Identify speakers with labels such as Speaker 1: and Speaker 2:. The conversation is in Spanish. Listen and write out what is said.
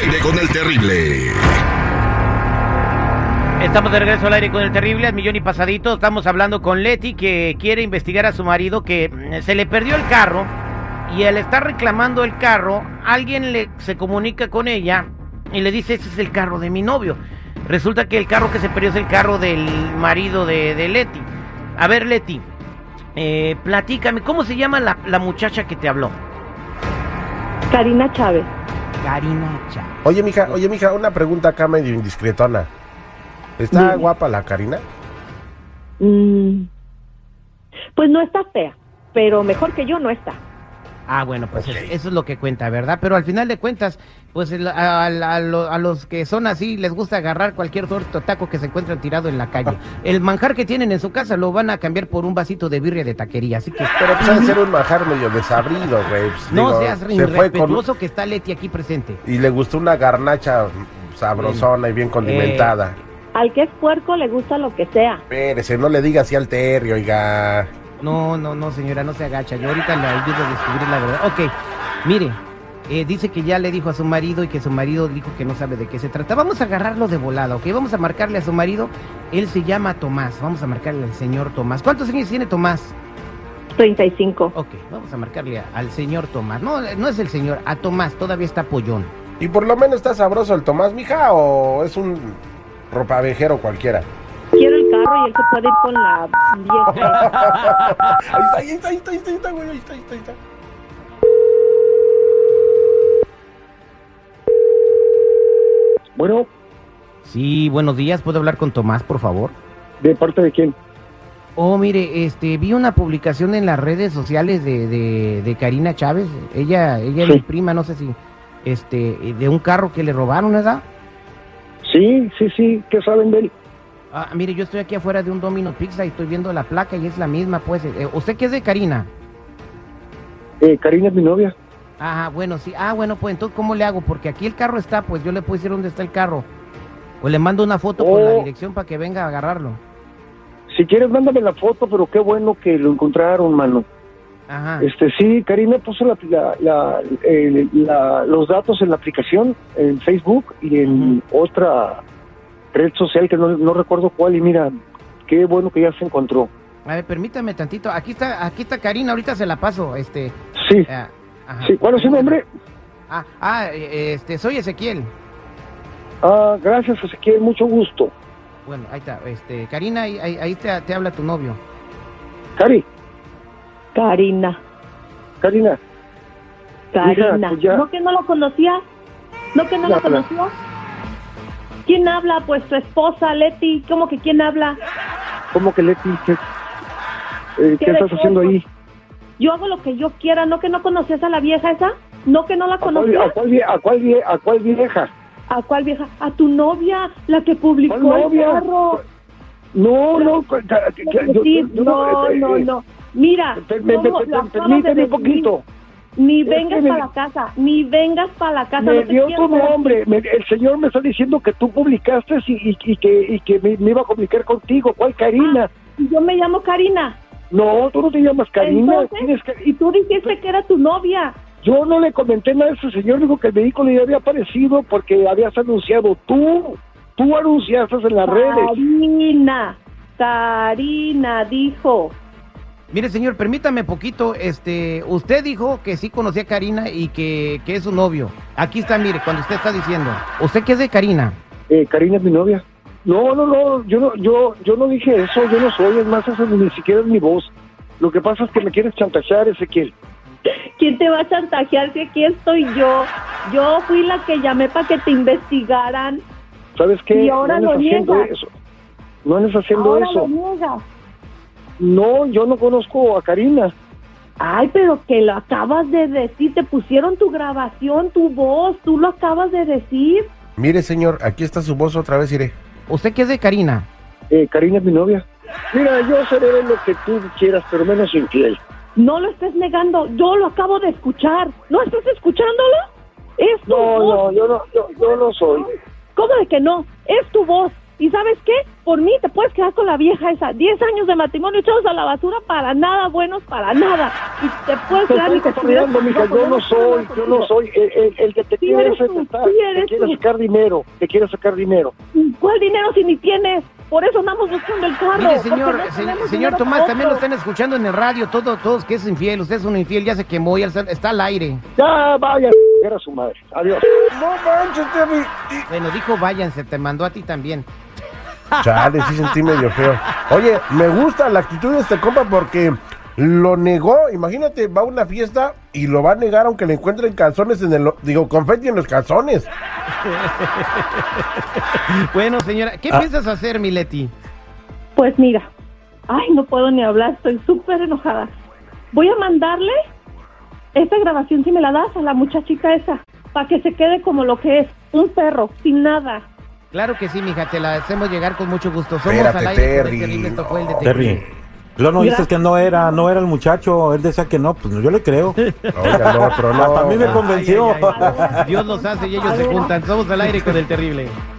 Speaker 1: aire con el terrible.
Speaker 2: Estamos de regreso al aire con el terrible, al millón y pasadito. Estamos hablando con Leti que quiere investigar a su marido que mm, se le perdió el carro y al estar reclamando el carro, alguien le, se comunica con ella y le dice, ese es el carro de mi novio. Resulta que el carro que se perdió es el carro del marido de, de Leti. A ver, Leti, eh, platícame, ¿cómo se llama la, la muchacha que te habló?
Speaker 3: Karina Chávez.
Speaker 2: Karina Chávez.
Speaker 4: Oye, mija, oye, mija, una pregunta acá medio indiscretona. ¿Está
Speaker 3: Dime.
Speaker 4: guapa la Karina?
Speaker 3: Mm, pues no está fea, pero mejor que yo no está.
Speaker 2: Ah, bueno, pues
Speaker 4: Ok.
Speaker 2: es- eso es lo que cuenta, ¿verdad? Pero al final de cuentas, pues el- a, a- a lo- a los que son así les gusta agarrar cualquier torto taco que se encuentran tirado en la calle.
Speaker 4: Ah.
Speaker 2: El manjar que tienen en su casa lo van a cambiar por un vasito de birria de taquería, así que
Speaker 4: Pero pues ha de ser un manjar medio desabrido, güey. Pues,
Speaker 2: no
Speaker 4: digo,
Speaker 2: seas
Speaker 4: se fue con-
Speaker 2: irrespetuoso que está Leti aquí presente.
Speaker 4: Y le gustó una garnacha sabrosona y bien condimentada.
Speaker 2: eh.
Speaker 3: Al que es puerco le gusta lo que sea.
Speaker 4: Espérese, no le diga así al terrio, oiga.
Speaker 2: No, no, no, señora, no se agacha. Yo ahorita le ayudo a descubrir la verdad. Ok, mire, eh, dice que ya le dijo a su marido y que su marido dijo que no sabe de qué se trata. Vamos a agarrarlo de volada, ¿ok? Vamos a marcarle a su marido. Él se llama Tomás. Vamos a marcarle al señor Tomás. ¿Cuántos años tiene Tomás?
Speaker 3: 35.
Speaker 2: Ok, vamos a marcarle a- al señor Tomás. No, eh, no es el señor, a Tomás. Todavía está pollón.
Speaker 4: ¿Y por lo menos está sabroso el Tomás, mija, o es un ropavejero cualquiera?
Speaker 3: Quiero el carro y él se puede ir con la ¿eh? vieja.
Speaker 4: Ahí está, ahí está, ahí está, ahí está, ahí está, güey, ahí está, ahí está, ahí está.
Speaker 5: Bueno,
Speaker 2: Sí, buenos días. ¿Puedo hablar con Tomás, por favor?
Speaker 5: ¿de parte de quién?
Speaker 2: Oh, mire, este, vi una publicación en las redes sociales de, de, de Karina Chávez. Ella, ella es
Speaker 5: Sí.
Speaker 2: mi prima, no sé si, este, eh, de un carro que le robaron, ¿verdad?
Speaker 5: Sí, sí, sí, ¿qué saben de él?
Speaker 2: Ah, mire, yo estoy aquí afuera de un Domino Pizza y estoy viendo la placa y es la misma, pues. eh, ¿Usted qué es de Karina?
Speaker 5: Eh, Karina es mi novia.
Speaker 2: Ah, bueno, sí. Ah, bueno, pues entonces, ¿cómo le hago? Porque aquí el carro está, pues yo le puedo decir dónde está el carro. O le mando una foto con la
Speaker 5: Oh.
Speaker 2: dirección para que venga a agarrarlo.
Speaker 5: Si quieres, mándame la foto, pero qué bueno que lo encontraron, mano.
Speaker 2: Ajá.
Speaker 5: Este, sí, Karina puso la, la- la- eh, la- los datos en la aplicación, en Facebook y en otra red social que no, no recuerdo cuál. Y mira, qué bueno que ya se encontró.
Speaker 2: A ver, permítame tantito. Aquí está, aquí está Karina, ahorita se la paso, este.
Speaker 5: Sí,
Speaker 2: ah, ajá.
Speaker 5: sí. ¿Cuál es su nombre?
Speaker 2: Ah, ah, eh, este, soy Ezequiel.
Speaker 5: Ah, gracias, Ezequiel, mucho gusto.
Speaker 2: Bueno, ahí está, este, Karina, ahí, ahí- ahí te, te habla tu novio.
Speaker 5: Cari,
Speaker 3: Karina.
Speaker 5: Karina,
Speaker 3: Karina.
Speaker 5: pues ya.
Speaker 3: ¿No que no lo conocía? ¿No que no
Speaker 5: Ya,
Speaker 3: lo
Speaker 5: claro.
Speaker 3: conoció? ¿Quién habla? Pues tu esposa, Leti. ¿Cómo que quién habla?
Speaker 5: ¿cómo que Leti? ¿Qué, eh,
Speaker 3: ¿Qué
Speaker 5: ¿qué estás
Speaker 3: deseo,
Speaker 5: haciendo
Speaker 3: pues?
Speaker 5: ahí?
Speaker 3: Yo hago lo que yo quiera. ¿No que no conocías a la vieja esa? ¿No que no la
Speaker 5: ¿A cuál,
Speaker 3: conocías?
Speaker 5: a cuál vie- a cuál vie- a cuál vieja?
Speaker 3: ¿A cuál vieja? A tu novia, la que
Speaker 5: ¿Cuál
Speaker 3: publicó el
Speaker 5: novia?
Speaker 3: carro.
Speaker 5: No, no, cu- ca-
Speaker 3: Sí,
Speaker 5: ca- yo- yo- yo-
Speaker 3: no,
Speaker 5: eh, eh,
Speaker 3: no, no. Mira,
Speaker 5: pe- pe-
Speaker 3: ¿cómo
Speaker 5: pe-
Speaker 3: lo
Speaker 5: pe-
Speaker 3: acabas
Speaker 5: Permíteme
Speaker 3: de
Speaker 5: un
Speaker 3: decir?
Speaker 5: poquito.
Speaker 3: Ni
Speaker 5: Es
Speaker 3: vengas
Speaker 5: que
Speaker 3: para
Speaker 5: me-
Speaker 3: la casa, ni vengas para la casa.
Speaker 5: Me
Speaker 3: no te Ah,
Speaker 5: dio
Speaker 3: quiero
Speaker 5: tu
Speaker 3: ver.
Speaker 5: nombre. me- el señor me está diciendo que tú publicaste y, y- y que, y que me, me iba a comunicar contigo.
Speaker 3: Ah.
Speaker 5: ¿Cuál Karina?
Speaker 3: Y Yo me llamo Karina.
Speaker 5: No, tú no te llamas Karina.
Speaker 3: Entonces,
Speaker 5: tienes que-
Speaker 3: Y tú dijiste que era tu novia.
Speaker 5: Yo no le comenté nada a ese señor. Dijo que el vehículo ya había aparecido porque habías anunciado tú. Tú anunciaste en las redes.
Speaker 3: Karina. Karina dijo.
Speaker 2: Mire, señor, permítame poquito, este, usted dijo que sí conocía a Karina y que, que es su novio. Aquí está, mire, cuando usted está diciendo, ¿usted qué es de Karina?
Speaker 5: Eh, Karina es mi novia. No, no, no, yo no, yo, yo no dije eso, yo no soy, es más, eso ni siquiera es mi voz. Lo que pasa es que me quieres chantajear, Ezequiel.
Speaker 3: ¿Quién te va a chantajear si aquí estoy yo? Yo fui la que llamé para que te investigaran.
Speaker 5: ¿Sabes qué?
Speaker 3: Y ahora
Speaker 5: no
Speaker 3: lo
Speaker 5: andes haciendo
Speaker 3: niegas.
Speaker 5: eso. No andes haciendo
Speaker 3: Ahora lo
Speaker 5: eso.
Speaker 3: niegas.
Speaker 5: No, yo no conozco a Karina.
Speaker 3: Ay, pero que lo acabas de decir, te pusieron tu grabación, tu voz, tú lo acabas de decir.
Speaker 4: Mire, señor, aquí está su voz otra vez, iré.
Speaker 2: ¿Usted qué es de Karina?
Speaker 5: Eh, Karina es mi novia. Mira, yo seré lo que tú quieras, pero menos infiel.
Speaker 3: No lo estés negando, yo lo acabo de escuchar. ¿No estás escuchándolo? Es tu
Speaker 5: No,
Speaker 3: voz.
Speaker 5: no, yo no, yo, yo no soy.
Speaker 3: ¿Cómo de que no? Es tu voz. ¿Y sabes qué? Por mí te puedes quedar con la vieja esa. Diez años de matrimonio echados a la basura para nada, buenos para nada. Y te puedes
Speaker 5: Te
Speaker 3: quedar
Speaker 5: estoy
Speaker 3: ni te estuvieras
Speaker 5: cotorreando, mija,
Speaker 3: casando,
Speaker 5: yo no soy, yo no soy. El, el- el que te
Speaker 3: Sí
Speaker 5: quiere
Speaker 3: eres tú,
Speaker 5: retratar,
Speaker 3: sí eres
Speaker 5: te quiere
Speaker 3: tú.
Speaker 5: sacar dinero, te quiere sacar dinero.
Speaker 3: ¿Cuál dinero si ni tienes? Por eso andamos buscando el carro.
Speaker 2: Mire,
Speaker 3: porque
Speaker 2: señor,
Speaker 3: no
Speaker 2: se-
Speaker 3: tenemos
Speaker 2: señor
Speaker 3: dinero
Speaker 2: Tomás,
Speaker 3: para
Speaker 2: también lo
Speaker 3: otro.
Speaker 2: están escuchando en el radio, todo, todos que es infiel, usted es un infiel, ya se quemó, ya está, está al aire.
Speaker 5: Ya, vaya, era su madre. Adiós.
Speaker 4: No manches, Terry.
Speaker 2: Bueno, dijo váyanse, te mandó a ti también.
Speaker 4: Chale, sí sentí medio feo. Oye, me gusta la actitud de este compa porque lo negó. Imagínate, va a una fiesta y lo va a negar aunque le encuentren calzones en el... Digo, confeti en los calzones.
Speaker 2: Bueno, señora, ¿qué
Speaker 4: Ah.
Speaker 2: piensas hacer, Mileti?
Speaker 3: Pues mira, ay, no puedo ni hablar, estoy súper enojada. Voy a mandarle esta grabación, si me la das, a la muchachita esa, para que se quede como lo que es, un perro, sin nada.
Speaker 2: Claro que sí, mija, te la hacemos llegar con mucho gusto. Somos
Speaker 4: Espérate,
Speaker 2: al aire con el
Speaker 4: Terry,
Speaker 2: terrible, esto fue el
Speaker 4: no.
Speaker 2: detective.
Speaker 1: Terry. Lo no dices
Speaker 3: Gracias.
Speaker 1: que no era, no era el muchacho, él decía que no, pues no, yo le creo.
Speaker 4: Oiga, no, pero no.
Speaker 1: Hasta a mí me
Speaker 2: Ay, ay,
Speaker 1: convenció.
Speaker 2: ay. Dios los hace y ellos se juntan. Somos al aire con el terrible.